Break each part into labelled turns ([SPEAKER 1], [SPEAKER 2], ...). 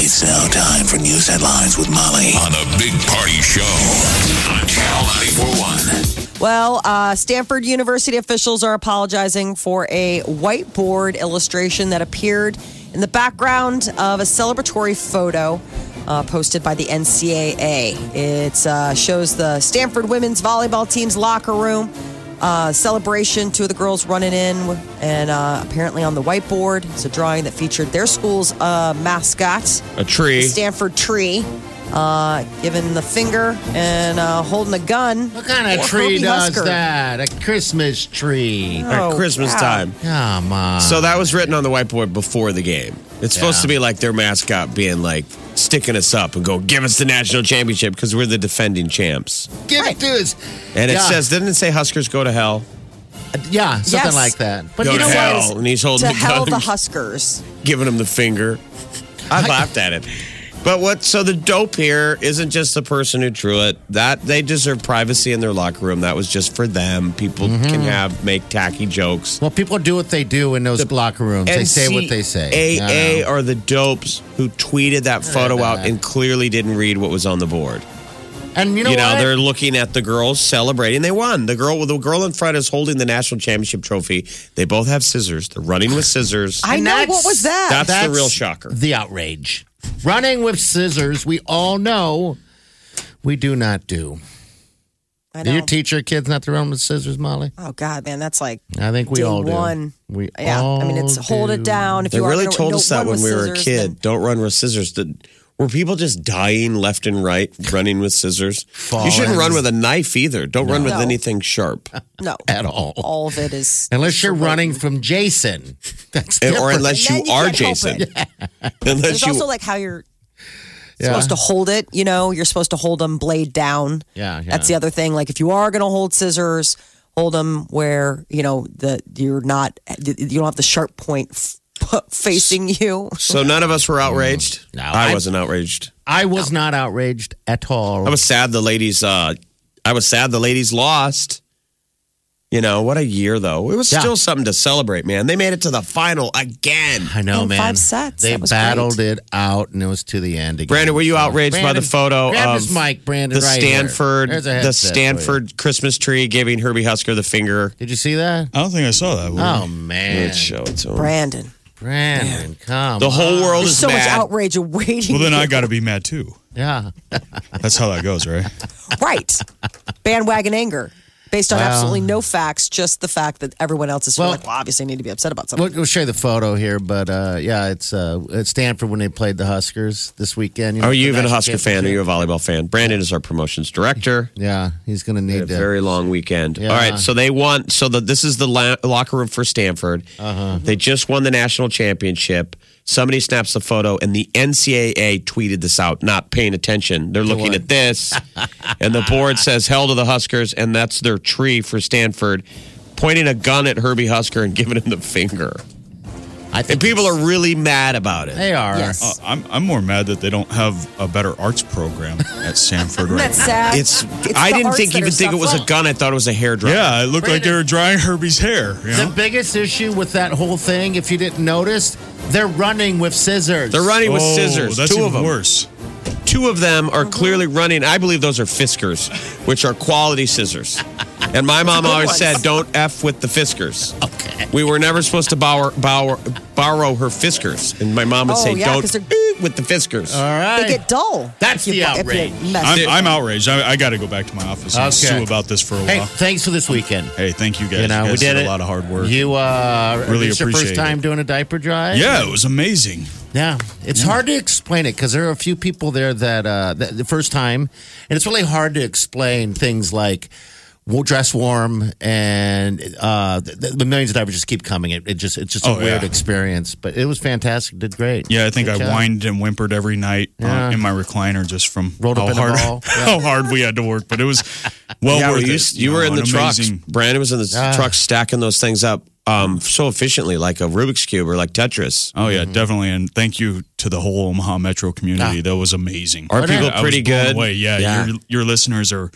[SPEAKER 1] It's now time for news headlines with Molly on a big party show on Channel 941.
[SPEAKER 2] Well, uh, Stanford University officials are apologizing for a whiteboard illustration that appeared in the background of a celebratory photo uh, posted by the NCAA. It uh, shows the Stanford women's volleyball team's locker room uh, celebration, two of the girls running in, and uh, apparently on the whiteboard, it's a drawing that featured their school's uh, mascot
[SPEAKER 3] A tree.
[SPEAKER 2] Stanford tree, uh, giving the finger and uh, holding a gun.
[SPEAKER 4] What kind of
[SPEAKER 2] Or
[SPEAKER 4] tree
[SPEAKER 2] Herbie
[SPEAKER 4] does
[SPEAKER 2] Husker.
[SPEAKER 4] that? A Christmas tree.
[SPEAKER 3] at
[SPEAKER 2] Oh,
[SPEAKER 3] Christmas
[SPEAKER 2] wow.
[SPEAKER 3] time.
[SPEAKER 4] Come on.
[SPEAKER 3] So that was written on the whiteboard before the game. It's supposed
[SPEAKER 4] Yeah.
[SPEAKER 3] to be like their mascot being like sticking us up and go give us the national championship because we're the defending champs.
[SPEAKER 4] give it to us.
[SPEAKER 3] And it
[SPEAKER 4] Yeah.
[SPEAKER 3] says, didn't it say Huskers go to hell?
[SPEAKER 4] yeah, something
[SPEAKER 2] Yes.
[SPEAKER 4] like that. But
[SPEAKER 3] go
[SPEAKER 4] you
[SPEAKER 3] to
[SPEAKER 4] know
[SPEAKER 2] what
[SPEAKER 3] hell,
[SPEAKER 2] is-
[SPEAKER 3] and he's holding
[SPEAKER 2] To
[SPEAKER 3] the
[SPEAKER 2] hell
[SPEAKER 3] gun,
[SPEAKER 2] the Huskers.
[SPEAKER 3] giving him the finger. I laughed at it. But what? So the dope here isn't just the person who drew it. That they deserve privacy in their locker room. That was just for them. People
[SPEAKER 4] Mm-hmm.
[SPEAKER 3] can have make tacky jokes.
[SPEAKER 4] Well, people do what they do in those locker rooms. They say what they say.
[SPEAKER 3] AA
[SPEAKER 4] You know?
[SPEAKER 3] are the dopes who tweeted that photo out and clearly didn't read what was on the board.
[SPEAKER 4] And you know,
[SPEAKER 3] You know,
[SPEAKER 4] what?
[SPEAKER 3] they're looking at the girls celebrating. They won. The girl, the girl in front is holding the national championship trophy. They both have scissors. They're running with scissors.
[SPEAKER 2] I
[SPEAKER 4] And
[SPEAKER 2] know
[SPEAKER 4] that's-
[SPEAKER 2] what was that.
[SPEAKER 3] That's the real shocker.
[SPEAKER 4] The outrage. Running with scissors, we all know we do not do.
[SPEAKER 2] I
[SPEAKER 4] Do you
[SPEAKER 2] know.
[SPEAKER 4] teach your kids not to run with scissors, Molly?
[SPEAKER 2] Oh God, man, that's like
[SPEAKER 4] I think we
[SPEAKER 2] day
[SPEAKER 4] all do.
[SPEAKER 2] one.
[SPEAKER 4] We
[SPEAKER 2] yeah, I mean it's
[SPEAKER 4] all
[SPEAKER 2] hold it
[SPEAKER 4] do.
[SPEAKER 2] down. If
[SPEAKER 3] They
[SPEAKER 2] you are
[SPEAKER 3] really
[SPEAKER 2] gonna-
[SPEAKER 3] told
[SPEAKER 2] don't
[SPEAKER 3] us
[SPEAKER 2] run
[SPEAKER 3] that when
[SPEAKER 2] with
[SPEAKER 3] we were a
[SPEAKER 2] scissors,
[SPEAKER 3] kid.
[SPEAKER 2] then-
[SPEAKER 3] Don't run with scissors. Did- were people just dying left and right running with scissors? You shouldn't
[SPEAKER 4] Falling.
[SPEAKER 3] run with a knife either. Don't run with
[SPEAKER 2] No.
[SPEAKER 3] anything sharp,
[SPEAKER 2] no,
[SPEAKER 4] At all.
[SPEAKER 2] all of it is
[SPEAKER 4] Unless you're running from Jason. That's different.
[SPEAKER 3] or unless you,
[SPEAKER 2] And then you
[SPEAKER 3] are
[SPEAKER 2] can't help
[SPEAKER 3] Jason.
[SPEAKER 2] it.
[SPEAKER 3] Unless
[SPEAKER 2] There's
[SPEAKER 3] you
[SPEAKER 2] also like how you're
[SPEAKER 4] Yeah.
[SPEAKER 2] supposed to hold it. You know, you're supposed to hold them blade down.
[SPEAKER 4] Yeah, yeah.
[SPEAKER 2] that's the other thing. Like if you are going to hold scissors, hold them where you know the you're not. You don't have the sharp point f- facing you.
[SPEAKER 3] So none of us were outraged.
[SPEAKER 4] Mm. No,
[SPEAKER 3] I,
[SPEAKER 4] I-
[SPEAKER 3] wasn't outraged.
[SPEAKER 4] I was not outraged at all.
[SPEAKER 3] I was sad the ladies. Uh, I was sad the ladies lost. You know what a year though. It was
[SPEAKER 4] Yeah.
[SPEAKER 3] still something to celebrate, man. They made it to the final again.
[SPEAKER 4] I know,
[SPEAKER 2] In
[SPEAKER 4] man.
[SPEAKER 2] five sets.
[SPEAKER 4] They
[SPEAKER 2] That was
[SPEAKER 4] battled it out, and it was to the end. Again.
[SPEAKER 3] Brandon, were you
[SPEAKER 4] So-
[SPEAKER 3] outraged by the photo
[SPEAKER 4] Brandon, grab
[SPEAKER 3] of
[SPEAKER 4] his mic, Brandon?
[SPEAKER 3] the
[SPEAKER 4] right here.
[SPEAKER 3] Stanford,
[SPEAKER 4] There's a
[SPEAKER 3] the
[SPEAKER 4] headset for you.
[SPEAKER 3] Stanford Christmas tree giving Herbie Husker the finger?
[SPEAKER 4] Did you see that?
[SPEAKER 5] I don't think I saw that. one.
[SPEAKER 3] Mm-hmm.
[SPEAKER 4] Oh man,
[SPEAKER 3] It showed to him.
[SPEAKER 2] Brandon.
[SPEAKER 4] Brandon, come.
[SPEAKER 3] The whole
[SPEAKER 4] on.
[SPEAKER 3] world
[SPEAKER 2] There's
[SPEAKER 3] is
[SPEAKER 2] so much
[SPEAKER 3] mad.
[SPEAKER 2] outrage awaiting.
[SPEAKER 5] Well, then I
[SPEAKER 2] you.
[SPEAKER 5] got to be mad too.
[SPEAKER 4] Yeah,
[SPEAKER 5] That's how that goes, right?
[SPEAKER 2] right bandwagon anger based on
[SPEAKER 4] Wow.
[SPEAKER 2] absolutely no facts, just the fact that everyone else is
[SPEAKER 4] Well-
[SPEAKER 2] like, well, obviously, I need to be upset about something.
[SPEAKER 4] we'll, we'll show you the photo here, but uh, yeah, it's uh, at Stanford when they played the Huskers this weekend. know,
[SPEAKER 3] Are you
[SPEAKER 4] for
[SPEAKER 3] even a
[SPEAKER 4] national
[SPEAKER 3] Husker fan? Are you a volleyball fan? Brandon is our promotions director.
[SPEAKER 4] Yeah, he's going to
[SPEAKER 3] They had
[SPEAKER 4] need
[SPEAKER 3] a
[SPEAKER 4] to.
[SPEAKER 3] very long weekend.
[SPEAKER 4] Yeah.
[SPEAKER 3] All right, so they want so the, this is the la- locker room for Stanford. They just won the national championship. Somebody snaps the photo, and the NCAA tweeted this out, not paying attention. They're looking at this, and the board says "Hell to the Huskers," and that's their tree for Stanford, pointing a gun at Herbie Husker and giving him the finger.
[SPEAKER 4] I
[SPEAKER 3] And
[SPEAKER 4] think
[SPEAKER 3] people
[SPEAKER 4] it's-
[SPEAKER 3] are really mad about it.
[SPEAKER 4] They are.
[SPEAKER 2] Yes.
[SPEAKER 5] Uh, I'm, I'm more mad that they don't have a better arts program at Sanford right
[SPEAKER 2] That's
[SPEAKER 5] now.
[SPEAKER 2] sad.
[SPEAKER 3] It's,
[SPEAKER 2] It's
[SPEAKER 3] I
[SPEAKER 2] the
[SPEAKER 3] didn't
[SPEAKER 2] arts
[SPEAKER 3] think
[SPEAKER 2] that
[SPEAKER 3] even
[SPEAKER 2] are
[SPEAKER 3] think it was a
[SPEAKER 2] suffering.
[SPEAKER 3] gun. I thought it was a hairdryer.
[SPEAKER 5] Yeah, it looked like they were drying Herbie's hair. You
[SPEAKER 4] The
[SPEAKER 5] know?
[SPEAKER 4] biggest issue with that whole thing, if you didn't notice, they're running with scissors.
[SPEAKER 3] They're running with
[SPEAKER 5] Oh,
[SPEAKER 3] scissors.
[SPEAKER 5] That's
[SPEAKER 3] two
[SPEAKER 5] even
[SPEAKER 3] of them.
[SPEAKER 5] worse.
[SPEAKER 3] Two of them
[SPEAKER 2] Mm-hmm.
[SPEAKER 3] are clearly running. I believe those are Fiskars, which are quality scissors. And my mom always
[SPEAKER 2] ones.
[SPEAKER 3] said, "Don't f with the Fiskars." Okay. We were never supposed to borrow, borrow, borrow her Fiskars, and my mom would
[SPEAKER 2] Oh,
[SPEAKER 3] say,
[SPEAKER 2] yeah,
[SPEAKER 3] "Don't
[SPEAKER 2] 'cause they're-
[SPEAKER 3] eh, with the Fiskars."
[SPEAKER 4] All right.
[SPEAKER 2] they get dull.
[SPEAKER 4] That's
[SPEAKER 2] if you-
[SPEAKER 4] the
[SPEAKER 2] if you
[SPEAKER 4] outrage.
[SPEAKER 2] mess
[SPEAKER 5] I'm,
[SPEAKER 2] with
[SPEAKER 5] I'm outraged. I, I got to go back to my office and
[SPEAKER 4] Okay.
[SPEAKER 5] sue about this for a
[SPEAKER 4] Hey,
[SPEAKER 5] while.
[SPEAKER 4] thanks for this weekend.
[SPEAKER 5] Hey, thank you guys.
[SPEAKER 4] You know,
[SPEAKER 5] you
[SPEAKER 4] we
[SPEAKER 5] guys
[SPEAKER 4] did
[SPEAKER 5] did
[SPEAKER 4] it.
[SPEAKER 5] a lot of hard work.
[SPEAKER 4] You uh,
[SPEAKER 5] Really
[SPEAKER 4] this your
[SPEAKER 5] appreciate
[SPEAKER 4] first time
[SPEAKER 5] it.
[SPEAKER 4] doing a diaper drive?
[SPEAKER 5] yeah, it was amazing.
[SPEAKER 4] yeah. It's hard to explain it because there are a few people there that, uh, that the first time, and it's really hard to explain things like we'll dress warm, and uh, the, the millions of divers just keep coming. It, it just it's just a
[SPEAKER 5] Oh,
[SPEAKER 4] weird
[SPEAKER 5] yeah.
[SPEAKER 4] experience, but it was fantastic. Did great.
[SPEAKER 5] Yeah, I think
[SPEAKER 4] Good
[SPEAKER 5] I
[SPEAKER 4] job.
[SPEAKER 5] whined and whimpered every night uh,
[SPEAKER 4] Yeah.
[SPEAKER 5] in my recliner just from
[SPEAKER 4] Rolled up
[SPEAKER 5] how
[SPEAKER 4] in a
[SPEAKER 5] hard
[SPEAKER 4] ball. Yeah.
[SPEAKER 5] how hard we had to work. But it was well
[SPEAKER 3] yeah, well,
[SPEAKER 5] worth
[SPEAKER 3] you,
[SPEAKER 5] it.
[SPEAKER 3] you were
[SPEAKER 5] know,
[SPEAKER 3] in the
[SPEAKER 5] an
[SPEAKER 3] trucks.
[SPEAKER 5] amazing-
[SPEAKER 3] Brandon was in the truck stacking those things up um, so efficiently, like a Rubik's cube or like Tetris.
[SPEAKER 5] Oh yeah, definitely. And thank you to the whole Omaha Metro
[SPEAKER 4] Ah.
[SPEAKER 5] community. That was amazing.
[SPEAKER 4] Oh,
[SPEAKER 3] Our
[SPEAKER 5] I-
[SPEAKER 3] people
[SPEAKER 5] I was
[SPEAKER 3] pretty
[SPEAKER 5] blown
[SPEAKER 3] good?
[SPEAKER 5] away. Yeah,
[SPEAKER 3] Yeah.
[SPEAKER 5] Your, your listeners are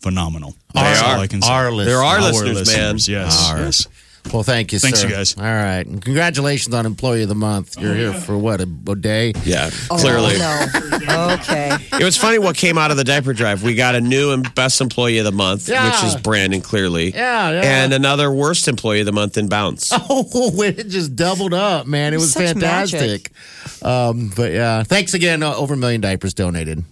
[SPEAKER 5] phenomenal.
[SPEAKER 4] Our-
[SPEAKER 5] That's all I can say.
[SPEAKER 4] our
[SPEAKER 3] There are
[SPEAKER 4] Our
[SPEAKER 3] listeners,
[SPEAKER 5] listeners,
[SPEAKER 3] man.
[SPEAKER 5] Yes. yes.
[SPEAKER 4] Well, thank you,
[SPEAKER 5] Thanks,
[SPEAKER 4] sir.
[SPEAKER 5] you guys.
[SPEAKER 4] All right, And congratulations on Employee of the Month. You're here for what a, a day.
[SPEAKER 3] Yeah, clearly.
[SPEAKER 2] Oh, no. okay.
[SPEAKER 3] It was funny what came out of the diaper drive. We got a new and best employee of the month,
[SPEAKER 4] Yeah.
[SPEAKER 3] which is Brandon, clearly.
[SPEAKER 4] Yeah, yeah.
[SPEAKER 3] And another worst employee of the month in Bounce.
[SPEAKER 4] Oh, it just doubled up, man. It was
[SPEAKER 2] Such
[SPEAKER 4] fantastic. Um, but yeah, thanks again. Uh, over a million diapers donated.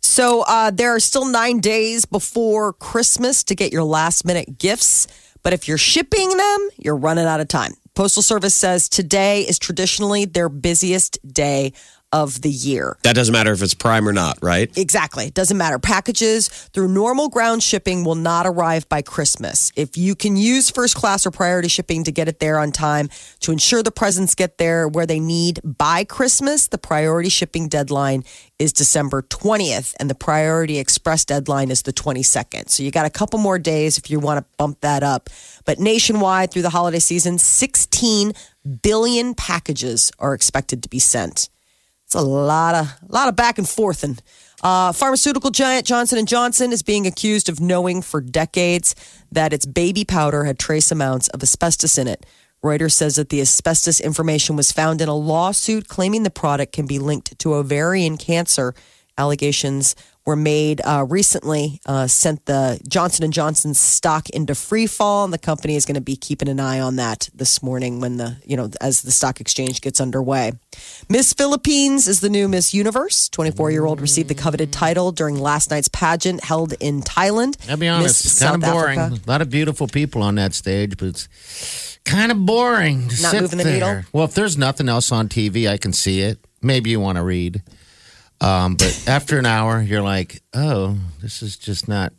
[SPEAKER 2] So uh, there are still nine days before Christmas to get your last minute gifts. But if you're shipping them, you're running out of time. Postal Service says today is traditionally their busiest day of the year.
[SPEAKER 3] That doesn't matter if it's prime or not, right?
[SPEAKER 2] Exactly. It doesn't matter. Packages through normal ground shipping will not arrive by Christmas. If you can use first class or priority shipping to get it there on time to ensure the presents get there where they need by Christmas, the priority shipping deadline is December 20th and the priority express deadline is the 22nd. So you got a couple more days if you want to bump that up. But nationwide through the holiday season, 16 billion packages are expected to be sent. It's a lot of a lot of back and forth and uh, pharmaceutical giant Johnson and Johnson is being accused of knowing for decades that its baby powder had trace amounts of asbestos in it. Reuters says that the asbestos information was found in a lawsuit claiming the product can be linked to ovarian cancer. Allegations were made uh, recently, uh, sent the Johnson and Johnson stock into free fall, and the company is going to be keeping an eye on that this morning when the you know as the stock exchange gets underway. Miss Philippines is the new Miss Universe. Twenty four year old received the coveted title during last night's pageant held in Thailand.
[SPEAKER 4] I'll be honest,
[SPEAKER 2] Miss
[SPEAKER 4] it's kind of
[SPEAKER 2] South
[SPEAKER 4] boring.
[SPEAKER 2] Africa.
[SPEAKER 4] A lot of beautiful people on that stage, but it's kind of boring. To
[SPEAKER 2] Not
[SPEAKER 4] sit
[SPEAKER 2] moving the
[SPEAKER 4] there.
[SPEAKER 2] needle?
[SPEAKER 4] Well, if there's nothing else on TV, I can see it. Maybe you want to read, um, but after an hour, you're like, oh, this is just not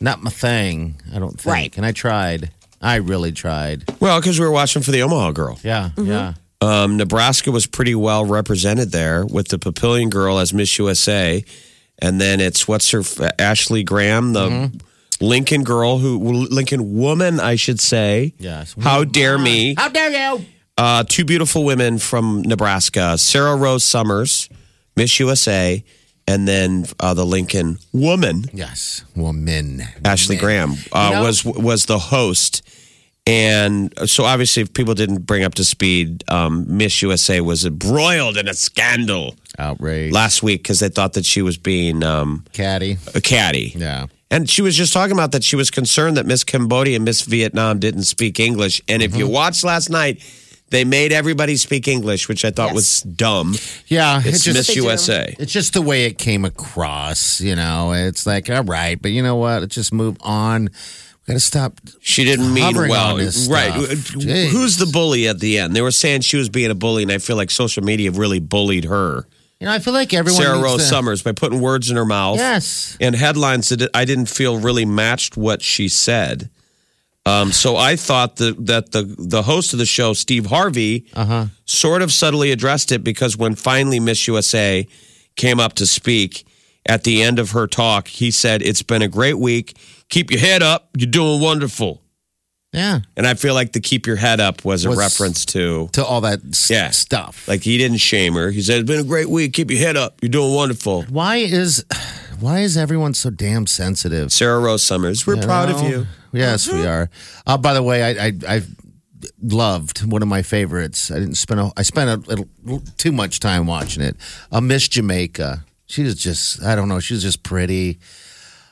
[SPEAKER 4] not my thing. I don't think.
[SPEAKER 2] Right.
[SPEAKER 4] And I tried. I really tried.
[SPEAKER 3] Well, because we were watching for the Omaha girl.
[SPEAKER 4] Yeah,
[SPEAKER 2] Mm-hmm.
[SPEAKER 4] yeah.
[SPEAKER 3] Um, Nebraska was pretty well represented there with the Papillion girl as Miss USA. And then it's what's her, Ashley Graham, the
[SPEAKER 4] Mm-hmm.
[SPEAKER 3] Lincoln girl who, Lincoln woman, I should say.
[SPEAKER 4] Yes. Oh
[SPEAKER 3] How dare me.
[SPEAKER 4] How dare you?
[SPEAKER 3] Uh, two beautiful women from Nebraska Sarah Rose Summers, Miss USA, and then uh, the Lincoln woman.
[SPEAKER 4] Yes, woman.
[SPEAKER 3] Ashley Graham uh,
[SPEAKER 4] You know-
[SPEAKER 3] was was the host, and uh, so obviously, if people didn't bring up to speed, um, Miss USA was embroiled in a scandal
[SPEAKER 4] Outrage.
[SPEAKER 3] last week because they thought that she was being um,
[SPEAKER 4] Caddy.
[SPEAKER 3] a caddy.
[SPEAKER 4] Yeah.
[SPEAKER 3] And she was just talking about that she was concerned that Miss Cambodia and Miss Vietnam didn't speak English. And if you
[SPEAKER 4] Mm-hmm.
[SPEAKER 3] watched last night, they made everybody speak English, which I thought was dumb.
[SPEAKER 4] Yeah.
[SPEAKER 3] It's
[SPEAKER 4] it
[SPEAKER 3] Miss
[SPEAKER 4] just,
[SPEAKER 3] USA.
[SPEAKER 4] it's just the way it came across, you know. It's like, all right, but you know what? Let's just move on. We got to stop.
[SPEAKER 3] She didn't mean
[SPEAKER 4] Hovering
[SPEAKER 3] well.
[SPEAKER 4] on this
[SPEAKER 3] Right.
[SPEAKER 4] stuff. Jeez.
[SPEAKER 3] Who's the bully at the end? They were saying she was being a bully, and I feel like social media really bullied her.
[SPEAKER 4] You know, I feel like everyone.
[SPEAKER 3] Sarah
[SPEAKER 4] needs
[SPEAKER 3] Rose
[SPEAKER 4] to-
[SPEAKER 3] Summers by putting words in her mouth.
[SPEAKER 4] Yes.
[SPEAKER 3] And headlines that I didn't feel really matched what she said. Um, so I thought the, that the the host of the show, Steve Harvey, sort of subtly addressed it because when finally Miss USA came up to speak at the end of her talk, he said, "It's been a great week. Keep your head up. You're doing wonderful."
[SPEAKER 4] Yeah.
[SPEAKER 3] And I feel like the keep your head up was a
[SPEAKER 4] Was-
[SPEAKER 3] reference to
[SPEAKER 4] To all that s-
[SPEAKER 3] Yeah.
[SPEAKER 4] stuff.
[SPEAKER 3] like he didn't shame her. He said, It's been a great week, keep your head up, you're doing wonderful.
[SPEAKER 4] why is, why is everyone so damn sensitive?
[SPEAKER 3] Sarah Rose Summers, we're proud of you. Mm-hmm.
[SPEAKER 4] Yes, we are. Uh, by the way, I, I I loved one of my favorites. I didn't spend a, I spent a little too much time watching it. Uh, Miss Jamaica. She was just I don't know. She was just pretty.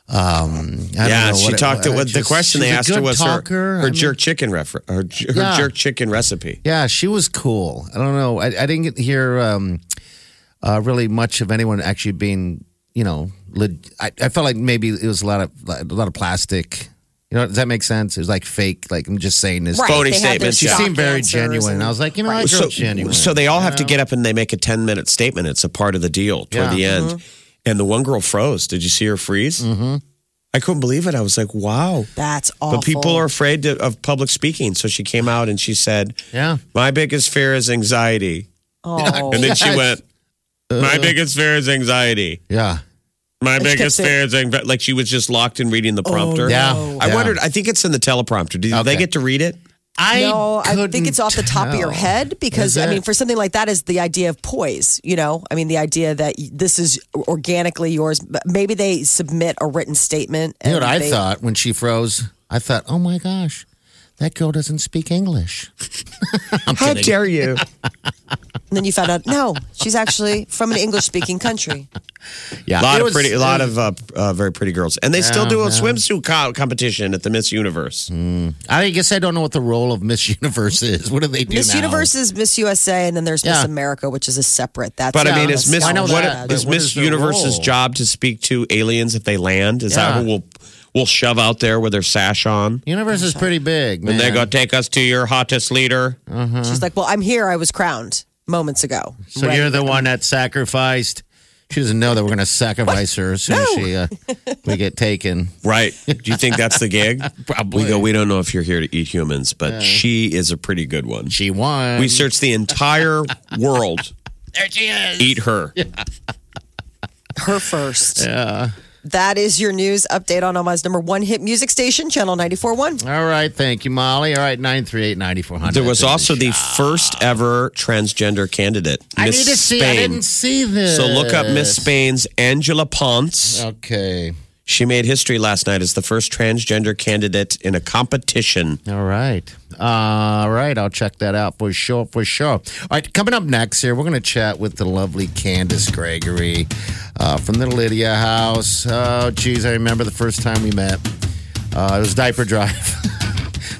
[SPEAKER 4] Um,
[SPEAKER 3] yeah,
[SPEAKER 4] I don't know
[SPEAKER 3] she
[SPEAKER 4] what
[SPEAKER 3] talked it,
[SPEAKER 4] was.
[SPEAKER 3] with the
[SPEAKER 4] Just-
[SPEAKER 3] question they asked her
[SPEAKER 4] she's a good
[SPEAKER 3] was
[SPEAKER 4] talker.
[SPEAKER 3] her,
[SPEAKER 4] I
[SPEAKER 3] her
[SPEAKER 4] mean,
[SPEAKER 3] jerk chicken refer- her, j- her
[SPEAKER 4] Yeah.
[SPEAKER 3] jerk chicken recipe.
[SPEAKER 4] Yeah, she was cool. I don't know. I, I didn't get- hear um, uh, really much of anyone actually being you know. Leg- I, I felt like maybe it was a lot of a lot of plastic. You know, does that make sense? It was like fake. Like I'm just saying this.
[SPEAKER 3] Phony
[SPEAKER 2] They had their
[SPEAKER 3] statements,
[SPEAKER 4] She
[SPEAKER 3] yeah.
[SPEAKER 2] stock
[SPEAKER 4] seemed very
[SPEAKER 2] answers
[SPEAKER 4] genuine.
[SPEAKER 2] and-
[SPEAKER 4] I was like, you know, I
[SPEAKER 3] So,
[SPEAKER 4] girl's genuine.
[SPEAKER 3] so they all have to get up and they make a 10 minute statement. It's a part of the deal toward
[SPEAKER 4] Yeah.
[SPEAKER 3] the end. And the one girl froze. Did you see her freeze? Mm-hmm. I couldn't believe it. I was like, wow.
[SPEAKER 2] That's awful.
[SPEAKER 3] But people are afraid to, of public speaking. So she came out and she said,
[SPEAKER 4] Yeah.
[SPEAKER 3] My biggest fear is anxiety.
[SPEAKER 2] Oh.
[SPEAKER 3] And then she
[SPEAKER 4] Yes.
[SPEAKER 3] went, My biggest fear is anxiety.
[SPEAKER 4] Yeah.
[SPEAKER 3] My
[SPEAKER 2] she
[SPEAKER 3] biggest
[SPEAKER 2] kept
[SPEAKER 3] fear is anxiety. Like she was just locked in reading the prompter.
[SPEAKER 4] Yeah. no.
[SPEAKER 3] Oh, I
[SPEAKER 4] Yeah.
[SPEAKER 3] wondered, I think it's in the teleprompter. Do they
[SPEAKER 4] Okay.
[SPEAKER 3] get to read it?
[SPEAKER 4] I
[SPEAKER 2] no, I think it's
[SPEAKER 4] couldn't
[SPEAKER 2] off the top of your
[SPEAKER 4] tell.
[SPEAKER 2] head because
[SPEAKER 4] Is
[SPEAKER 2] I mean,
[SPEAKER 4] it?
[SPEAKER 2] for something like that, is the idea of poise. You know, I mean, the idea that y- this is organically yours. But Maybe they submit a written statement.
[SPEAKER 4] You know what I
[SPEAKER 2] they-
[SPEAKER 4] thought when she froze? I thought, oh my gosh, that girl doesn't speak English.
[SPEAKER 3] How dare you?
[SPEAKER 2] And then you found out, no, she's actually from an English-speaking country.
[SPEAKER 4] Yeah,
[SPEAKER 3] A lot
[SPEAKER 4] it
[SPEAKER 3] of
[SPEAKER 4] was-
[SPEAKER 3] pretty, a lot of uh, uh, very pretty girls, and they still do a swimsuit co- competition at the Miss Universe.
[SPEAKER 4] Mm-hmm. I guess I don't know what the role of Miss Universe is. What do they do?
[SPEAKER 2] Miss
[SPEAKER 4] now?
[SPEAKER 2] Universe is Miss USA, and then there's Miss
[SPEAKER 4] Yeah.
[SPEAKER 2] America, which is a separate. That's
[SPEAKER 3] But I
[SPEAKER 2] yeah,
[SPEAKER 3] mean, it's
[SPEAKER 2] that's-
[SPEAKER 3] Miss
[SPEAKER 4] I know
[SPEAKER 3] what,
[SPEAKER 4] that,
[SPEAKER 3] is
[SPEAKER 4] but what
[SPEAKER 3] Miss
[SPEAKER 4] is their
[SPEAKER 3] Universe's
[SPEAKER 4] role?
[SPEAKER 3] job to speak to aliens if they land? Is that
[SPEAKER 4] Yeah.
[SPEAKER 3] who will will shove out there with their sash on?
[SPEAKER 4] Universe is pretty big, man.
[SPEAKER 3] And they go take us to your hottest leader.
[SPEAKER 2] She's like, well, I'm here. I was crowned moments ago.
[SPEAKER 4] uh-huh. So
[SPEAKER 2] Right.
[SPEAKER 4] you're the one that sacrificed. She doesn't know that we're going to sacrifice her as soon as she uh, we get taken.
[SPEAKER 3] Right? Do you think that's the gig?
[SPEAKER 4] Probably.
[SPEAKER 3] We go. We don't know if you're here to eat humans, but she is a pretty good one.
[SPEAKER 4] She won.
[SPEAKER 3] We searched the entire world.
[SPEAKER 4] there she is.
[SPEAKER 3] Eat her.
[SPEAKER 2] her first. Yeah. That is your news update on Omaha's number one hit music station, Channel 94.1.
[SPEAKER 4] All right, thank you, Molly. All right, nine three eight ninety four hundred.
[SPEAKER 3] There was also the first ever transgender candidate,
[SPEAKER 4] I
[SPEAKER 3] Miss
[SPEAKER 4] need to see.
[SPEAKER 3] Spain.
[SPEAKER 4] I didn't see this. Oh.
[SPEAKER 3] So look up Miss Spain's Angela Ponce.
[SPEAKER 4] Okay.
[SPEAKER 3] She made history last night as the first transgender candidate in a competition.
[SPEAKER 4] All right. All right. I'll check that out for sure. For sure. All right. Coming up next here, we're going to chat with the lovely Candace Gregory uh, from the Lydia house. Oh, geez. I remember the first time we met. Uh, it was diaper drive.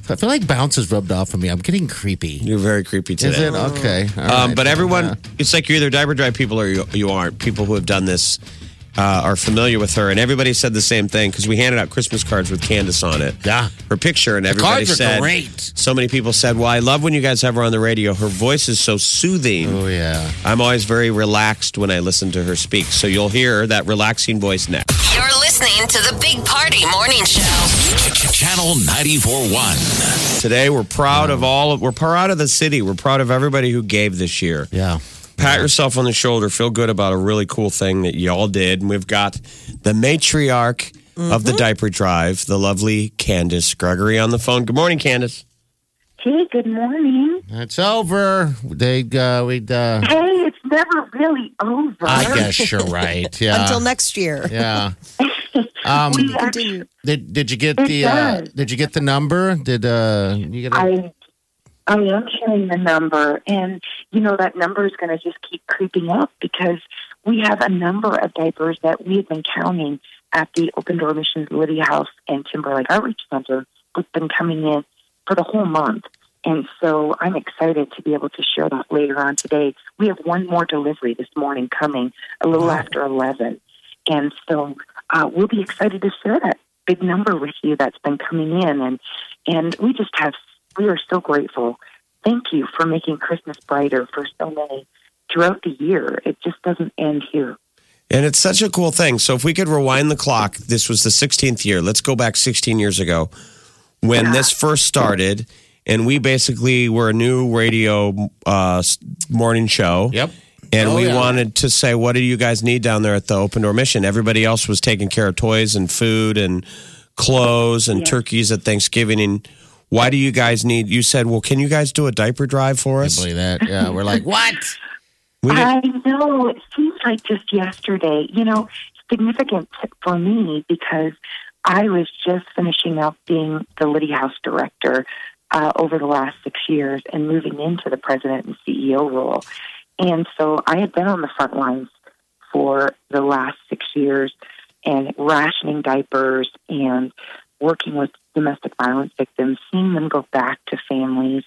[SPEAKER 4] I feel like bounce has rubbed off on me. I'm getting creepy.
[SPEAKER 3] You're very creepy
[SPEAKER 4] Is
[SPEAKER 3] today.
[SPEAKER 4] it? Okay. All
[SPEAKER 3] Um,
[SPEAKER 4] right.
[SPEAKER 3] but everyone, it's like you're either diaper drive people or you, you aren't. People who have done this uh, are familiar with her, and everybody said the same thing because we handed out Christmas cards with Candace on it.
[SPEAKER 4] Yeah.
[SPEAKER 3] her picture, and everybody
[SPEAKER 4] cards are
[SPEAKER 3] said,
[SPEAKER 4] great.
[SPEAKER 3] So many people said, "Well, I love when you guys have her on the radio. Her voice is so soothing."
[SPEAKER 4] Oh, yeah.
[SPEAKER 3] I'm always very relaxed when I listen to her speak. So you'll hear that relaxing voice next.
[SPEAKER 6] You're listening to the Big Party Morning Show.
[SPEAKER 1] Channel 94.1.
[SPEAKER 3] Today we're proud of all of, we're proud of the city. We're proud of everybody who gave this year.
[SPEAKER 4] Yeah.
[SPEAKER 3] Pat yourself on the shoulder, feel good about a really cool thing that y'all did. And we've got the matriarch of the diaper drive, the lovely Candace Gregory on the phone. Good morning, Candace.
[SPEAKER 7] Hey, good morning.
[SPEAKER 4] It's over. They, uh, we'd, uh,
[SPEAKER 7] Hey, it's never really over.
[SPEAKER 4] I guess you're right. Yeah.
[SPEAKER 2] Until next year.
[SPEAKER 4] Yeah. Um,
[SPEAKER 7] We actually,
[SPEAKER 4] Did Did you get
[SPEAKER 7] It
[SPEAKER 4] the uh,
[SPEAKER 7] does.
[SPEAKER 4] Did you get the number? Did uh, you get? A,
[SPEAKER 7] I, I am sharing the number, and you know that number is going to just keep creeping up because we have a number of diapers that we have been counting at the Open Door Missions Liddy House and Timberlake Outreach Center. We've been coming in for the whole month, and so I'm excited to be able to share that later on today. We have one more delivery this morning coming a little after eleven, and so uh, we'll be excited to share that big number with you that's been coming in and and we just have we are so grateful. Thank you for making Christmas brighter for so many throughout the year. It just doesn't end here.
[SPEAKER 3] And it's such a cool thing. So if we could rewind the clock, this was the 16th year. Let's go back 16 years ago when this first started. And we basically were a new radio uh, s- morning show.
[SPEAKER 4] Yep.
[SPEAKER 3] And
[SPEAKER 4] Oh,
[SPEAKER 3] we
[SPEAKER 4] yeah.
[SPEAKER 3] wanted to say, what do you guys need down there at the Open Door Mission? Everybody else was taking care of toys and food and clothes and turkeys at Thanksgiving. And why do you guys need? You said, well, can you guys do a diaper drive for us?
[SPEAKER 4] Probably that. Yeah, we're like what?
[SPEAKER 3] We didn't-
[SPEAKER 7] I know. It seems like just yesterday. You know, significant t- for me because I was just finishing up being the Liddy House director uh, over the last six years and moving into the president and CEO role. And so I had been on the front lines for the last six years and rationing diapers and working with domestic violence victims, seeing them go back to families,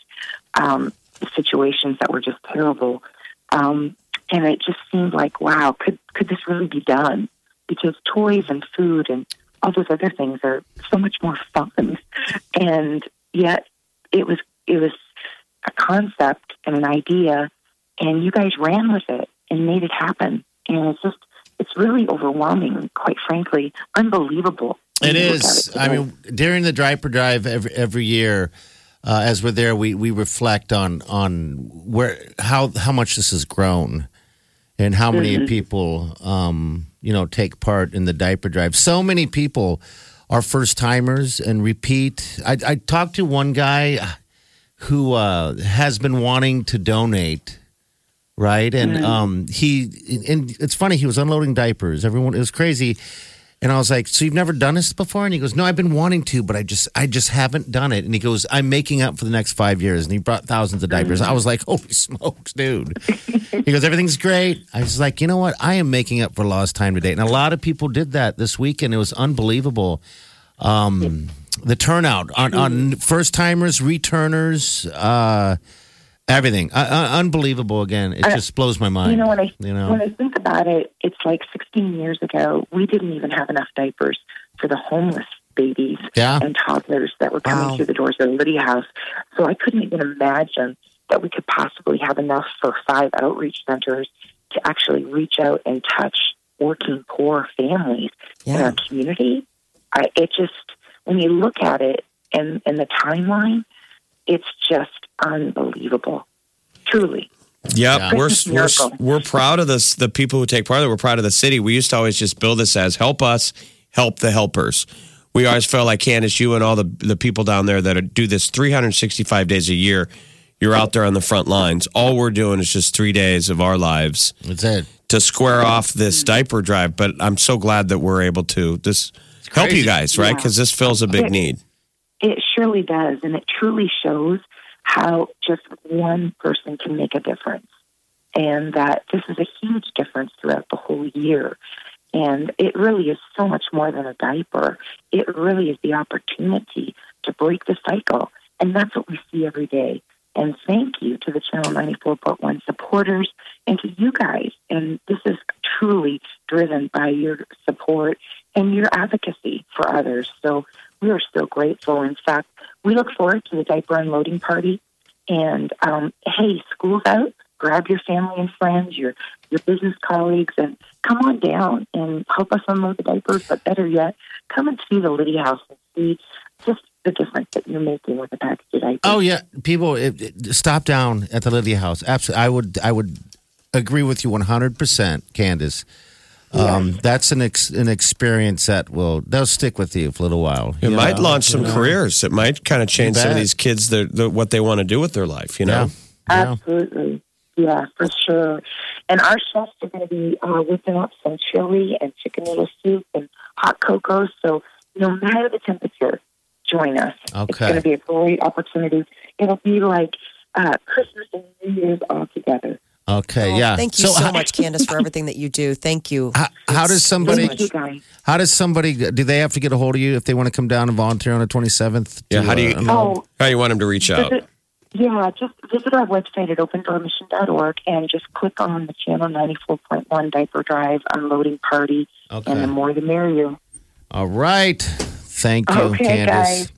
[SPEAKER 7] um, situations that were just terrible. Um, and it just seemed like, wow, could, could this really be done? Because toys and food and all those other things are so much more fun. And yet it was, it was a concept and an idea and you guys ran with it and made it happen. And it's just, it's really overwhelming, quite frankly, unbelievable
[SPEAKER 4] It is. I mean, during the Drive for Drive every every year, uh, as we're there, we we reflect on on where how how much this has grown, and how many people um, you know take part in the diaper drive. So many people are first timers and repeat. I, I talked to one guy who uh, has been wanting to donate right? And um, he and it's funny. He was unloading diapers. Everyone, it was crazy. And I was like, "So you've never done this before?" And he goes, "No, I've been wanting to, but I just, I just haven't done it." And he goes, "I'm making up for the next five years." And he brought thousands of diapers. I was like, "Holy smokes, dude!" he goes, "Everything's great." I was like, "You know what? I am making up for lost time today." And a lot of people did that this weekend. It was unbelievable. Um, the turnout on, on first timers, returners, uh, Everything uh, uh, unbelievable again. It just blows my mind.
[SPEAKER 7] You know, when I
[SPEAKER 4] you know
[SPEAKER 7] when I think about it, it's like 16 years ago. We didn't even have enough diapers for the homeless babies
[SPEAKER 4] Yeah.
[SPEAKER 7] and toddlers that were coming
[SPEAKER 2] Wow.
[SPEAKER 7] through the doors of the Liddy House. So I couldn't even imagine that we could possibly have enough for five outreach centers to actually reach out and touch working poor families in
[SPEAKER 2] Yeah.
[SPEAKER 7] our community. I, it just when you look at it and and the timeline, it's just unbelievable. Truly.
[SPEAKER 3] Yep, we're
[SPEAKER 7] Christmas
[SPEAKER 3] we're
[SPEAKER 7] miracle.
[SPEAKER 3] we're proud of this. The people who take part of it, we're proud of the city. We used to always just build this as "Help us, help the helpers." We always felt like Candace, you and all the the people down there that are, do this 365 days a year. You're out there on the front lines. All we're doing is just three days of our lives
[SPEAKER 4] That's it.
[SPEAKER 3] to square off this diaper drive. But I'm so glad that we're able to just help you guys, right? Because this fills a big need.
[SPEAKER 7] It surely does, and it truly shows how just one person can make a difference, and that this is a huge difference throughout the whole year. And it really is so much more than a diaper. It really is the opportunity to break the cycle, and that's what we see every day. And thank you to the Channel 94.1 supporters and to you guys. And this is truly driven by your support and your advocacy for others. So we are so grateful. In fact, we look forward to the diaper unloading party. And um, hey, school's out. Grab your family and friends, your your business colleagues, and come on down and help us unload the diapers. But better yet, come and see the Liddy House and see just the difference that you're making with a package of diapers.
[SPEAKER 4] Oh yeah, people, it, it- stop down at the Lydia House. Absolutely, I would, I would agree with you one hundred percent, Candace. Um, That's an ex, an experience that will they'll stick with you for a little while.
[SPEAKER 3] It
[SPEAKER 4] you
[SPEAKER 3] might
[SPEAKER 4] know?
[SPEAKER 3] launch some careers. It might kind of change some of
[SPEAKER 4] bet.
[SPEAKER 3] these kids their, their, what they want to do with their life. You know.
[SPEAKER 4] Yeah. Yeah.
[SPEAKER 7] Absolutely. Yeah, for sure. And our chefs are going to be uh, whipping up some chili and chicken noodle soup and hot cocoa. So no matter the temperature, join us. It's
[SPEAKER 4] Okay.
[SPEAKER 7] going to be a great opportunity. It'll be like uh, Christmas and New Year's all together. Oh,
[SPEAKER 4] Okay. yeah.
[SPEAKER 2] Oh, Thank you so,
[SPEAKER 4] how,
[SPEAKER 2] much, Candace, for everything that you do. Thank you.
[SPEAKER 4] How, how does somebody?
[SPEAKER 2] much.
[SPEAKER 7] Thank you guys.
[SPEAKER 4] How does somebody? Do they have to get a hold of you if they want to come down and volunteer on the uh, twenty seventh?
[SPEAKER 3] Yeah, how do you-
[SPEAKER 7] Oh,
[SPEAKER 3] How you want them to reach out?
[SPEAKER 7] visit, yeah, just visit our website at opendoormission.org and just click on the Channel 94.1 Diaper Drive Unloading Party. And
[SPEAKER 4] Okay.
[SPEAKER 7] the more the merrier.
[SPEAKER 4] All right. Thank you,
[SPEAKER 7] Okay,
[SPEAKER 4] Candace.
[SPEAKER 7] guys.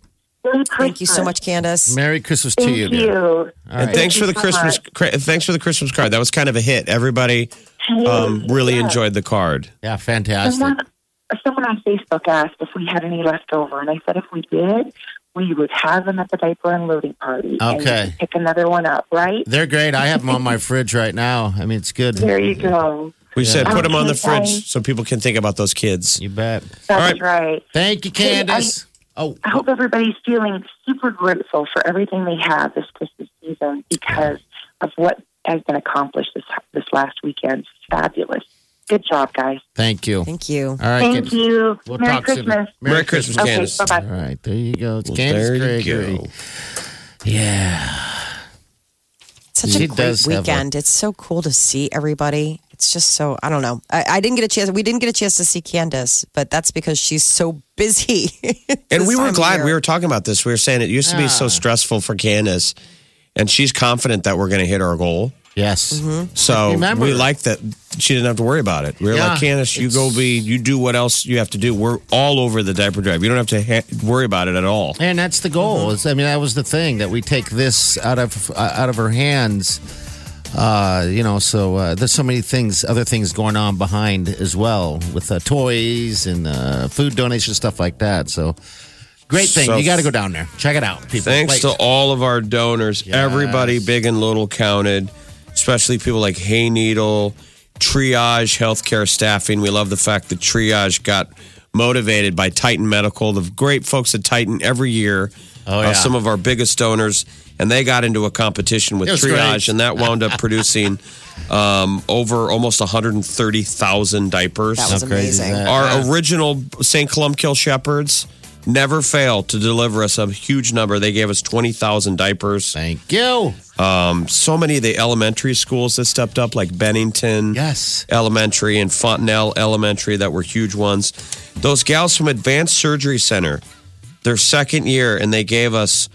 [SPEAKER 7] Merry
[SPEAKER 2] Thank you so
[SPEAKER 7] Christmas.
[SPEAKER 2] much, Candace.
[SPEAKER 4] Merry Christmas to
[SPEAKER 7] Thank
[SPEAKER 4] you.
[SPEAKER 7] you.
[SPEAKER 4] dear. All
[SPEAKER 3] And
[SPEAKER 4] right.
[SPEAKER 3] thanks for
[SPEAKER 7] Thank
[SPEAKER 3] the
[SPEAKER 7] you so
[SPEAKER 3] Christmas. Cra- thanks for the Christmas card. That was kind of a hit. Everybody um, really enjoyed the card.
[SPEAKER 4] Yeah, fantastic.
[SPEAKER 7] Someone, someone on Facebook asked if we had any left over, and I said if we did, we would have them at the diaper unloading party. and we
[SPEAKER 4] Okay.
[SPEAKER 7] could pick another one up, right?
[SPEAKER 4] They're great. I have them on my fridge right now. I mean, it's good.
[SPEAKER 7] There you go.
[SPEAKER 3] We said
[SPEAKER 7] Oh,
[SPEAKER 3] put them on the
[SPEAKER 7] Okay.
[SPEAKER 3] fridge so people can think about those kids.
[SPEAKER 4] You bet.
[SPEAKER 3] right.
[SPEAKER 7] That's right.
[SPEAKER 4] Thank you,
[SPEAKER 7] Hey, I-
[SPEAKER 4] Candace. oh,
[SPEAKER 7] I hope everybody's feeling super grateful for everything they have this Christmas season because of what has been accomplished this this last weekend. Fabulous. Good job, guys.
[SPEAKER 4] thank you.
[SPEAKER 2] Thank you.
[SPEAKER 4] All right,
[SPEAKER 7] Thank
[SPEAKER 4] Candace.
[SPEAKER 7] you.
[SPEAKER 4] We'll
[SPEAKER 7] Merry
[SPEAKER 4] talk soon.
[SPEAKER 7] Christmas.
[SPEAKER 3] Merry, Christmas,
[SPEAKER 7] Okay,
[SPEAKER 3] Candace.
[SPEAKER 7] bye-bye.
[SPEAKER 4] All right, there you go. It's
[SPEAKER 3] Well,
[SPEAKER 4] Candace
[SPEAKER 3] there you
[SPEAKER 4] Gregory.
[SPEAKER 3] go.
[SPEAKER 4] Yeah.
[SPEAKER 2] Such
[SPEAKER 4] She
[SPEAKER 2] a great
[SPEAKER 4] does have
[SPEAKER 2] weekend. It's so cool to see everybody. It's just so I don't know. I, I didn't get a chance. We didn't get a chance to see Candace, but that's because she's so busy.
[SPEAKER 3] And we
[SPEAKER 2] This time
[SPEAKER 3] were
[SPEAKER 2] of
[SPEAKER 3] glad
[SPEAKER 2] year.
[SPEAKER 3] we were talking about this. We were saying it used to be so stressful for Candace, and she's confident that we're going to hit our goal.
[SPEAKER 4] Yes.
[SPEAKER 3] Mm-hmm. So
[SPEAKER 4] Remember-
[SPEAKER 3] we like that she didn't have to worry about it. We were
[SPEAKER 4] Yeah,
[SPEAKER 3] like, Candace, you go be, you do what else you have to do. We're all over the diaper drive. You don't have to ha- worry about it at all.
[SPEAKER 4] And that's the goal. Is- I mean, that was the thing that we take this out of uh, out of her hands. Uh, you know, so uh, there's so many things, other things going on behind as well with uh, toys and uh, food donation stuff like that. So great thing.
[SPEAKER 3] So-
[SPEAKER 4] you got to go down there. Check it out, people.
[SPEAKER 3] Thanks
[SPEAKER 4] Wait.
[SPEAKER 3] to all of our donors, everybody big and little counted, especially people like Hay Needle, Triage Healthcare Staffing. We love the fact that Triage got motivated by Titan Medical, the great folks at Titan every year.
[SPEAKER 4] Oh,
[SPEAKER 3] are
[SPEAKER 4] yeah.
[SPEAKER 3] some of our biggest donors, and they got into a competition with
[SPEAKER 4] It was
[SPEAKER 3] Triage,
[SPEAKER 4] great.
[SPEAKER 3] and that wound up producing um, over almost 130,000 diapers.
[SPEAKER 2] That was
[SPEAKER 4] How crazy is
[SPEAKER 2] amazing.
[SPEAKER 4] that?
[SPEAKER 3] Our original St. Columkill Shepherds never failed to deliver us a huge number. They gave us 20,000 diapers.
[SPEAKER 4] Thank you.
[SPEAKER 3] So many of the elementary schools that stepped up, like Bennington
[SPEAKER 4] Yes.
[SPEAKER 3] Elementary and Fontanelle Elementary, that were huge ones. Those gals from Advanced Surgery Center, their second year, and they gave us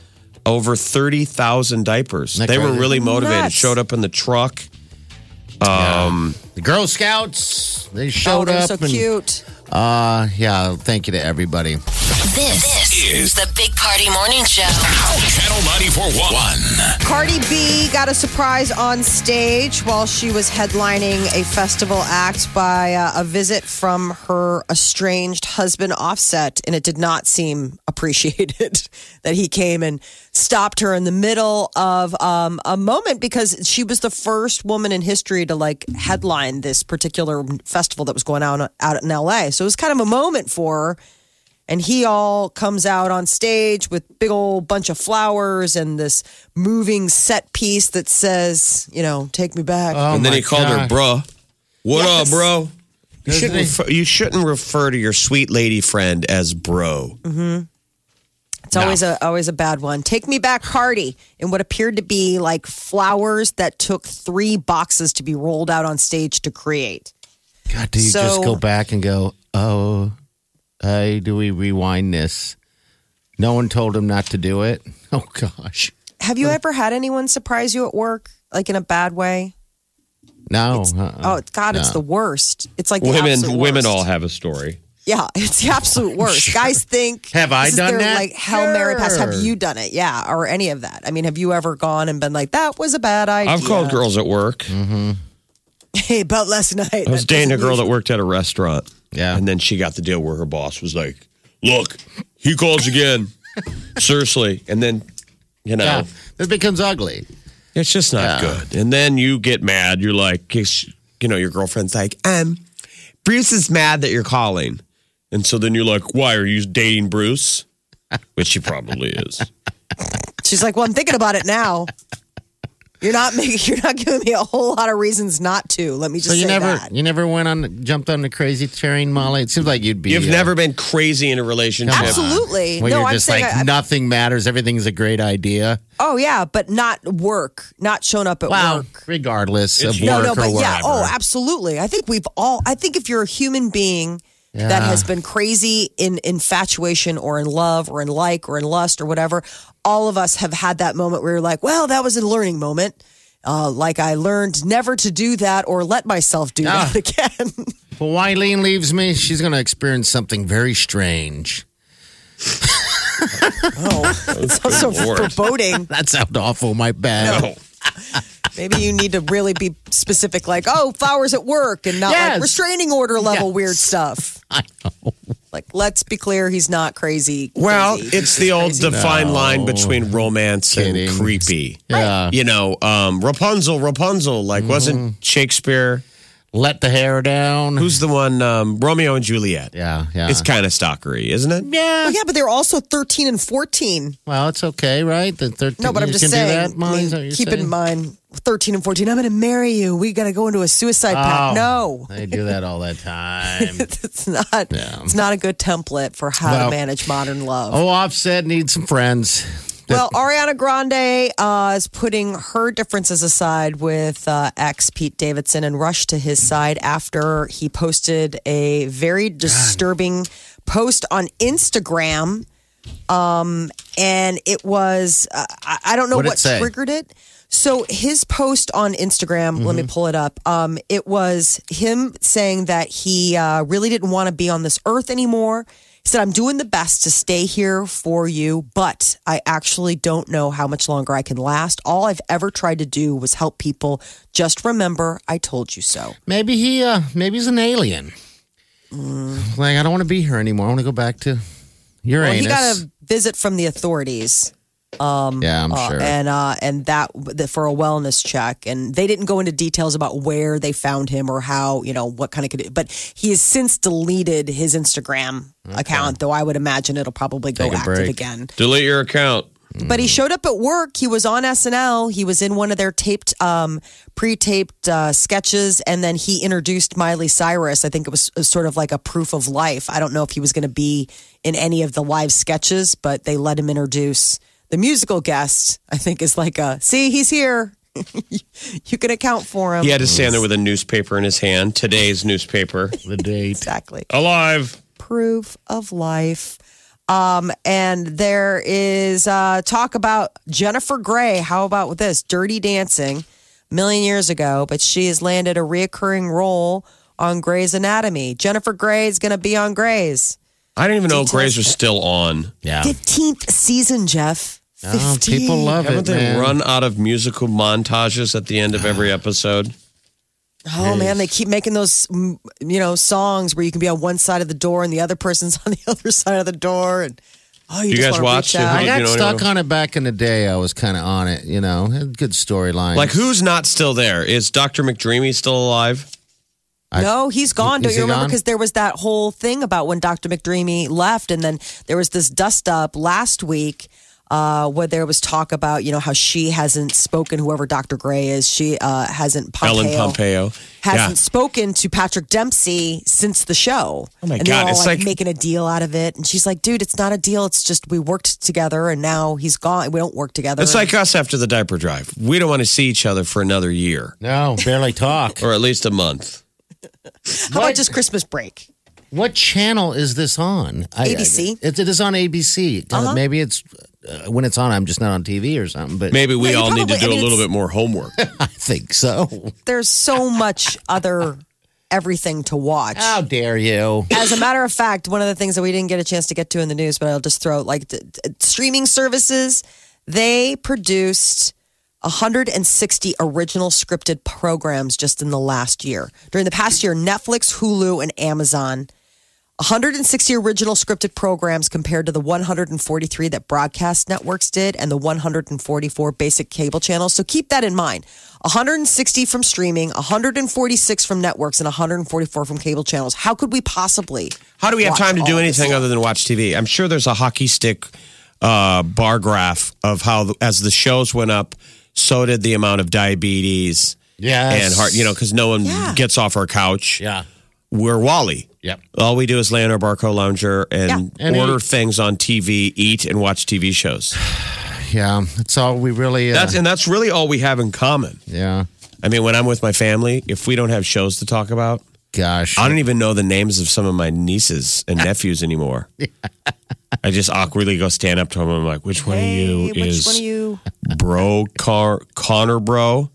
[SPEAKER 3] over 30,000 diapers.
[SPEAKER 4] Isn't that
[SPEAKER 3] They were
[SPEAKER 4] crazy?
[SPEAKER 3] really motivated,
[SPEAKER 2] Nuts.
[SPEAKER 3] showed up in the truck. Um,
[SPEAKER 4] The Girl Scouts, they
[SPEAKER 2] Oh,
[SPEAKER 4] showed
[SPEAKER 2] they're
[SPEAKER 4] up.
[SPEAKER 2] so
[SPEAKER 4] and,
[SPEAKER 2] cute.
[SPEAKER 4] Uh, yeah, thank you to everybody.
[SPEAKER 6] This, is the Big Party Morning Show.
[SPEAKER 1] Channel 941.
[SPEAKER 2] Cardi B got a surprise on stage while she was headlining a festival act by uh, a visit from her estranged husband Offset, and it did not seem appreciated that he came and stopped her in the middle of um, a moment because she was the first woman in history to like headline this particular festival that was going on out in L.A. So it was kind of a moment for her and he all comes out on stage with big old bunch of flowers and this moving set piece that says, you know, take me back.
[SPEAKER 4] Oh
[SPEAKER 3] and then
[SPEAKER 4] my
[SPEAKER 3] he called her
[SPEAKER 4] gosh.
[SPEAKER 3] bruh. What
[SPEAKER 2] Yes.
[SPEAKER 3] up, bro? You
[SPEAKER 4] Doesn't
[SPEAKER 3] shouldn't,
[SPEAKER 4] he?
[SPEAKER 3] refer, you shouldn't refer to your sweet lady friend as bro.
[SPEAKER 2] it's always a always a bad one. Take me back, Hardy, in what appeared to be like flowers that took three boxes to be rolled out on stage to create.
[SPEAKER 4] God, do you
[SPEAKER 2] So-
[SPEAKER 4] just go back and go, oh, hey, do we rewind this? No one told him not to do it. Oh, gosh.
[SPEAKER 2] Have
[SPEAKER 3] Uh,
[SPEAKER 2] you ever had anyone surprise you at work, like in a bad way?
[SPEAKER 4] No. uh-uh.
[SPEAKER 2] Oh God, it's the worst. It's like the
[SPEAKER 3] uh, Women
[SPEAKER 2] absolute
[SPEAKER 3] women
[SPEAKER 2] worst.
[SPEAKER 3] all have a story.
[SPEAKER 2] Yeah, it's the absolute worst. Guys think
[SPEAKER 4] Have I
[SPEAKER 2] this is
[SPEAKER 4] done
[SPEAKER 2] their,
[SPEAKER 4] that?
[SPEAKER 2] Like hell, Mary pass. Have
[SPEAKER 4] Sure.
[SPEAKER 2] you done it? Yeah, or any of that? I mean, have you ever gone and been like, "That was a bad idea"?
[SPEAKER 3] I've called girls at work.
[SPEAKER 4] Mm-hmm.
[SPEAKER 2] Hey, about last night.
[SPEAKER 3] I was dating a girl that worked at a restaurant.
[SPEAKER 4] Yeah.
[SPEAKER 3] And then she got the deal where her boss was like, Look, he calls again. Seriously. And then, you know,
[SPEAKER 4] Yeah. This becomes ugly.
[SPEAKER 3] it's just not good. And then you get mad. You're like, you know, your girlfriend's like, um, Bruce is mad that you're calling. And so then you're like, Why are you dating Bruce? Which she probably is.
[SPEAKER 2] She's like, "Well, I'm thinking about it now." You're not making. You're not giving me a whole lot of reasons not to. Let me just
[SPEAKER 4] So you
[SPEAKER 2] say
[SPEAKER 4] never
[SPEAKER 2] that.
[SPEAKER 4] you never went on jumped on the crazy train, Molly? It seems like you'd be
[SPEAKER 3] You've
[SPEAKER 4] uh,
[SPEAKER 3] never been crazy in a relationship.
[SPEAKER 2] Absolutely.
[SPEAKER 4] where
[SPEAKER 2] no,
[SPEAKER 4] you're
[SPEAKER 2] I'm
[SPEAKER 4] just
[SPEAKER 2] saying.
[SPEAKER 4] like
[SPEAKER 2] I-
[SPEAKER 4] nothing matters, everything's a great idea.
[SPEAKER 2] oh yeah, but not work. Not shown up at work.
[SPEAKER 4] Regardless of
[SPEAKER 2] No,
[SPEAKER 4] work
[SPEAKER 2] no, but
[SPEAKER 4] or whatever.
[SPEAKER 2] yeah. Oh, absolutely. I think we've all. I think if you're a human being that
[SPEAKER 4] Yeah.
[SPEAKER 2] has been crazy in infatuation or in love or in like or in lust or whatever, all of us have had that moment where you're like, "Well, that was a learning moment." Uh, like I learned never to do that or let myself do
[SPEAKER 4] Ah.
[SPEAKER 2] that again.
[SPEAKER 4] Well, Wileen leaves me. She's going to experience something very strange.
[SPEAKER 2] Sounds so
[SPEAKER 3] Lord.
[SPEAKER 2] foreboding.
[SPEAKER 4] That sounds awful, my bad.
[SPEAKER 2] Maybe you need to really be specific, like, "Oh, flowers at work," and not like
[SPEAKER 4] Yes.
[SPEAKER 2] restraining order level
[SPEAKER 4] Yes.
[SPEAKER 2] weird stuff.
[SPEAKER 4] I know.
[SPEAKER 2] Like, let's be clear, he's not crazy.
[SPEAKER 3] Well,
[SPEAKER 2] crazy.
[SPEAKER 3] it's the old defined line between romance
[SPEAKER 4] Kidding.
[SPEAKER 3] and creepy.
[SPEAKER 4] Yeah. Mm-hmm.
[SPEAKER 3] You know, um, Rapunzel, Rapunzel, like wasn't Shakespeare?
[SPEAKER 4] Let the hair down.
[SPEAKER 3] Who's the one? Um, Romeo and Juliet.
[SPEAKER 4] yeah, yeah.
[SPEAKER 3] It's kind of stalkery, isn't it?
[SPEAKER 4] yeah.
[SPEAKER 2] Well, yeah, but they're also 13 and 14.
[SPEAKER 4] Well, it's okay, right? The 13,
[SPEAKER 2] No, but I'm
[SPEAKER 4] you
[SPEAKER 2] just
[SPEAKER 4] can
[SPEAKER 2] saying.
[SPEAKER 4] Do that, Molly?
[SPEAKER 2] I mean,
[SPEAKER 4] Is that what you're
[SPEAKER 2] keep in
[SPEAKER 4] saying?
[SPEAKER 2] mind, 13 and 14. I'm going to marry you. We got to go into a suicide
[SPEAKER 4] Oh,
[SPEAKER 2] pact. No,
[SPEAKER 4] They do that all the time.
[SPEAKER 2] it's not. It's not a good template for how to
[SPEAKER 4] Well-
[SPEAKER 2] manage modern love.
[SPEAKER 4] oh, Offset needs some friends.
[SPEAKER 2] Well, Ariana Grande uh, is putting her differences aside with uh, ex Pete Davidson and rushed to his side after he posted a very disturbing post on Instagram. Um, and it was, uh, I I don't know
[SPEAKER 4] What'd
[SPEAKER 2] what
[SPEAKER 4] it say?
[SPEAKER 2] triggered it. So his post on Instagram, let me
[SPEAKER 4] Mm-hmm.
[SPEAKER 2] pull it up. Um, it was him saying that he uh, really didn't want to be on this earth anymore. He said, I'm doing the best to stay here for you, but I actually don't know how much longer I can last. All I've ever tried to do was help people. Just remember, I told you so.
[SPEAKER 4] Maybe he, uh, maybe he's an alien. Like I don't want to be here anymore. I want to go back to
[SPEAKER 2] Mm. Well, he
[SPEAKER 4] Uranus.
[SPEAKER 2] got a visit from the authorities.
[SPEAKER 4] yeah, I'm
[SPEAKER 2] Uh,
[SPEAKER 4] sure.
[SPEAKER 2] and uh, and that, that for a wellness check, and they didn't go into details about where they found him or how you know what kind of. But he has since deleted his Instagram account, though I would imagine it'll probably go
[SPEAKER 4] Take a
[SPEAKER 2] active
[SPEAKER 4] break.
[SPEAKER 2] again.
[SPEAKER 3] Delete your account.
[SPEAKER 2] But
[SPEAKER 3] Mm.
[SPEAKER 2] he showed up at work. He was on SNL. He was in one of their taped, um, pre-taped uh, sketches, and then he introduced Miley Cyrus. I think it was uh, sort of like a proof of life. I don't know if he was going to be in any of the live sketches, but they let him introduce the musical guest. I think is like a see, he's here. you can account for him.
[SPEAKER 3] He had to stand there with a newspaper in his hand, today's newspaper.
[SPEAKER 4] the date.
[SPEAKER 2] exactly.
[SPEAKER 3] Alive.
[SPEAKER 2] proof of life. Um, and there is uh, talk about Jennifer Gray. How about with this? Dirty Dancing, million years ago, but she has landed a reoccurring role on Grey's Anatomy. Jennifer Gray is going to be on Grey's
[SPEAKER 3] I didn't even know Grays was still on.
[SPEAKER 4] Yeah.
[SPEAKER 2] fifteenth season. Jeff,
[SPEAKER 4] Oh, people love
[SPEAKER 3] Haven't
[SPEAKER 4] it,
[SPEAKER 3] they
[SPEAKER 4] man.
[SPEAKER 3] run out of musical montages at the end of every episode?
[SPEAKER 2] Oh man, they keep making those mm, you know songs where you can be on one side of the door and the other person's on the other side of the door, and oh, you,
[SPEAKER 3] You
[SPEAKER 2] just
[SPEAKER 3] guys
[SPEAKER 2] wanna
[SPEAKER 3] watch
[SPEAKER 2] reach
[SPEAKER 3] it?
[SPEAKER 4] I
[SPEAKER 2] out.
[SPEAKER 4] got
[SPEAKER 3] You know,
[SPEAKER 4] stuck
[SPEAKER 3] you know.
[SPEAKER 4] on it back in the day. I was kind of on it, you know. Had Good storyline.
[SPEAKER 3] Like, who's not still there? Is Dr. McDreamy still alive?
[SPEAKER 4] I-
[SPEAKER 2] no, he's gone. Don't
[SPEAKER 4] Is
[SPEAKER 2] you
[SPEAKER 4] he
[SPEAKER 2] remember?
[SPEAKER 4] gone?
[SPEAKER 2] Because there was that whole thing about when Dr. McDreamy left, and then there was this dust up last week uh, where there was talk about you know how she hasn't spoken. Whoever Dr. Gray is, she uh, hasn't. Pompeo,
[SPEAKER 3] Ellen Pompeo.
[SPEAKER 2] hasn't
[SPEAKER 3] Yeah.
[SPEAKER 2] spoken to Patrick Dempsey since the show.
[SPEAKER 3] Oh, my
[SPEAKER 2] and they're
[SPEAKER 3] God,
[SPEAKER 2] all,
[SPEAKER 3] it's
[SPEAKER 2] like,
[SPEAKER 3] like-
[SPEAKER 2] making a deal out of it, and she's like, "Dude, it's not a deal. It's just we worked together, and now he's gone. We don't work together."
[SPEAKER 3] It's like us after the diaper drive. We don't want to see each other for another year
[SPEAKER 4] No, barely talk.
[SPEAKER 3] or at least a month.
[SPEAKER 2] how about just Christmas break?
[SPEAKER 4] what channel is this on? I- I-
[SPEAKER 2] ABC.
[SPEAKER 4] it, it is on ABC.
[SPEAKER 2] Uh-huh.
[SPEAKER 4] God, Maybe it's uh, when it's on. I'm just not on TV or something. But
[SPEAKER 3] Maybe we
[SPEAKER 2] Yeah, you
[SPEAKER 3] all need to do
[SPEAKER 2] probably- I mean,
[SPEAKER 3] a little
[SPEAKER 2] it's-
[SPEAKER 3] bit more homework.
[SPEAKER 4] I think so.
[SPEAKER 2] There's so much other everything to watch.
[SPEAKER 4] How dare you?
[SPEAKER 2] As a matter of fact, one of the things that we didn't get a chance to get to in the news, but I'll just throw like the, the streaming services, they produced 160 original scripted programs just in the last year. During the past year, Netflix, Hulu, and Amazon. 160 original scripted programs compared to the 143 that broadcast networks did and the 144 basic cable channels. So keep that in mind. 160 from streaming, 146 from networks, and 144 from cable channels. How could we possibly?
[SPEAKER 3] How do we have
[SPEAKER 2] watch
[SPEAKER 3] time to do
[SPEAKER 2] all this?
[SPEAKER 3] anything other than watch TV? I'm sure there's a hockey stick uh, bar graph of how, the, as the shows went up, so did the amount of diabetes
[SPEAKER 4] Yes.
[SPEAKER 3] and heart, you know, because no one
[SPEAKER 2] Yeah.
[SPEAKER 3] gets off our couch.
[SPEAKER 4] Yeah.
[SPEAKER 3] We're Wally.
[SPEAKER 4] Yep.
[SPEAKER 3] All we do is lay on our Barco lounger and,
[SPEAKER 4] Yeah. And
[SPEAKER 3] order
[SPEAKER 4] eat.
[SPEAKER 3] things on TV, eat, and watch TV shows.
[SPEAKER 4] Yeah. That's all we really. Uh,
[SPEAKER 3] That's and that's really all we have in common.
[SPEAKER 4] yeah.
[SPEAKER 3] I mean, when I'm with my family, if we don't have shows to talk about,
[SPEAKER 4] Gosh.
[SPEAKER 3] I don't even know the names of some of my nieces and nephews anymore. I just awkwardly go stand up to them. I'm like, which one
[SPEAKER 2] Hey,
[SPEAKER 3] of you
[SPEAKER 2] which
[SPEAKER 3] is
[SPEAKER 2] one of you?
[SPEAKER 3] bro Car- Connor bro?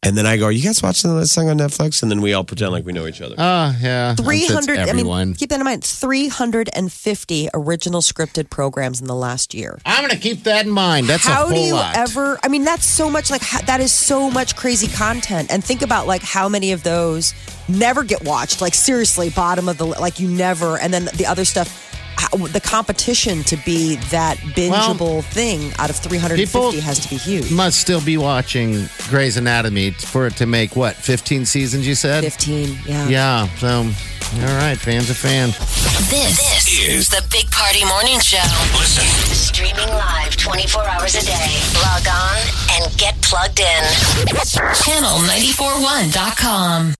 [SPEAKER 3] And then I go, you guys watching this thing on Netflix? And then we all pretend like we know each other.
[SPEAKER 4] Oh yeah. That's-
[SPEAKER 2] Three
[SPEAKER 4] that's
[SPEAKER 2] hundred. I
[SPEAKER 4] Everyone.
[SPEAKER 2] mean, keep that in mind. Three hundred and fifty original scripted programs in the last year.
[SPEAKER 4] I'm gonna keep that in mind. That's
[SPEAKER 2] how
[SPEAKER 4] a whole
[SPEAKER 2] do you
[SPEAKER 4] lot.
[SPEAKER 2] ever? I mean, that's so much. Like how, that is so much crazy content. And think about like how many of those never get watched. Like seriously, bottom of the li- like you never. And then the other stuff. how- The competition to be that bingeable thing out of 350
[SPEAKER 4] people-
[SPEAKER 2] has to be huge.
[SPEAKER 4] Must still be watching Grey's Anatomy for it to make what 15 seasons? You said.
[SPEAKER 2] 15,
[SPEAKER 4] Yeah. So, all right. Fans a fan.
[SPEAKER 6] This, is the Big Party Morning Show.
[SPEAKER 1] Listen.
[SPEAKER 6] Streaming live 24 hours a day. Log on and get plugged in. Channel941.com.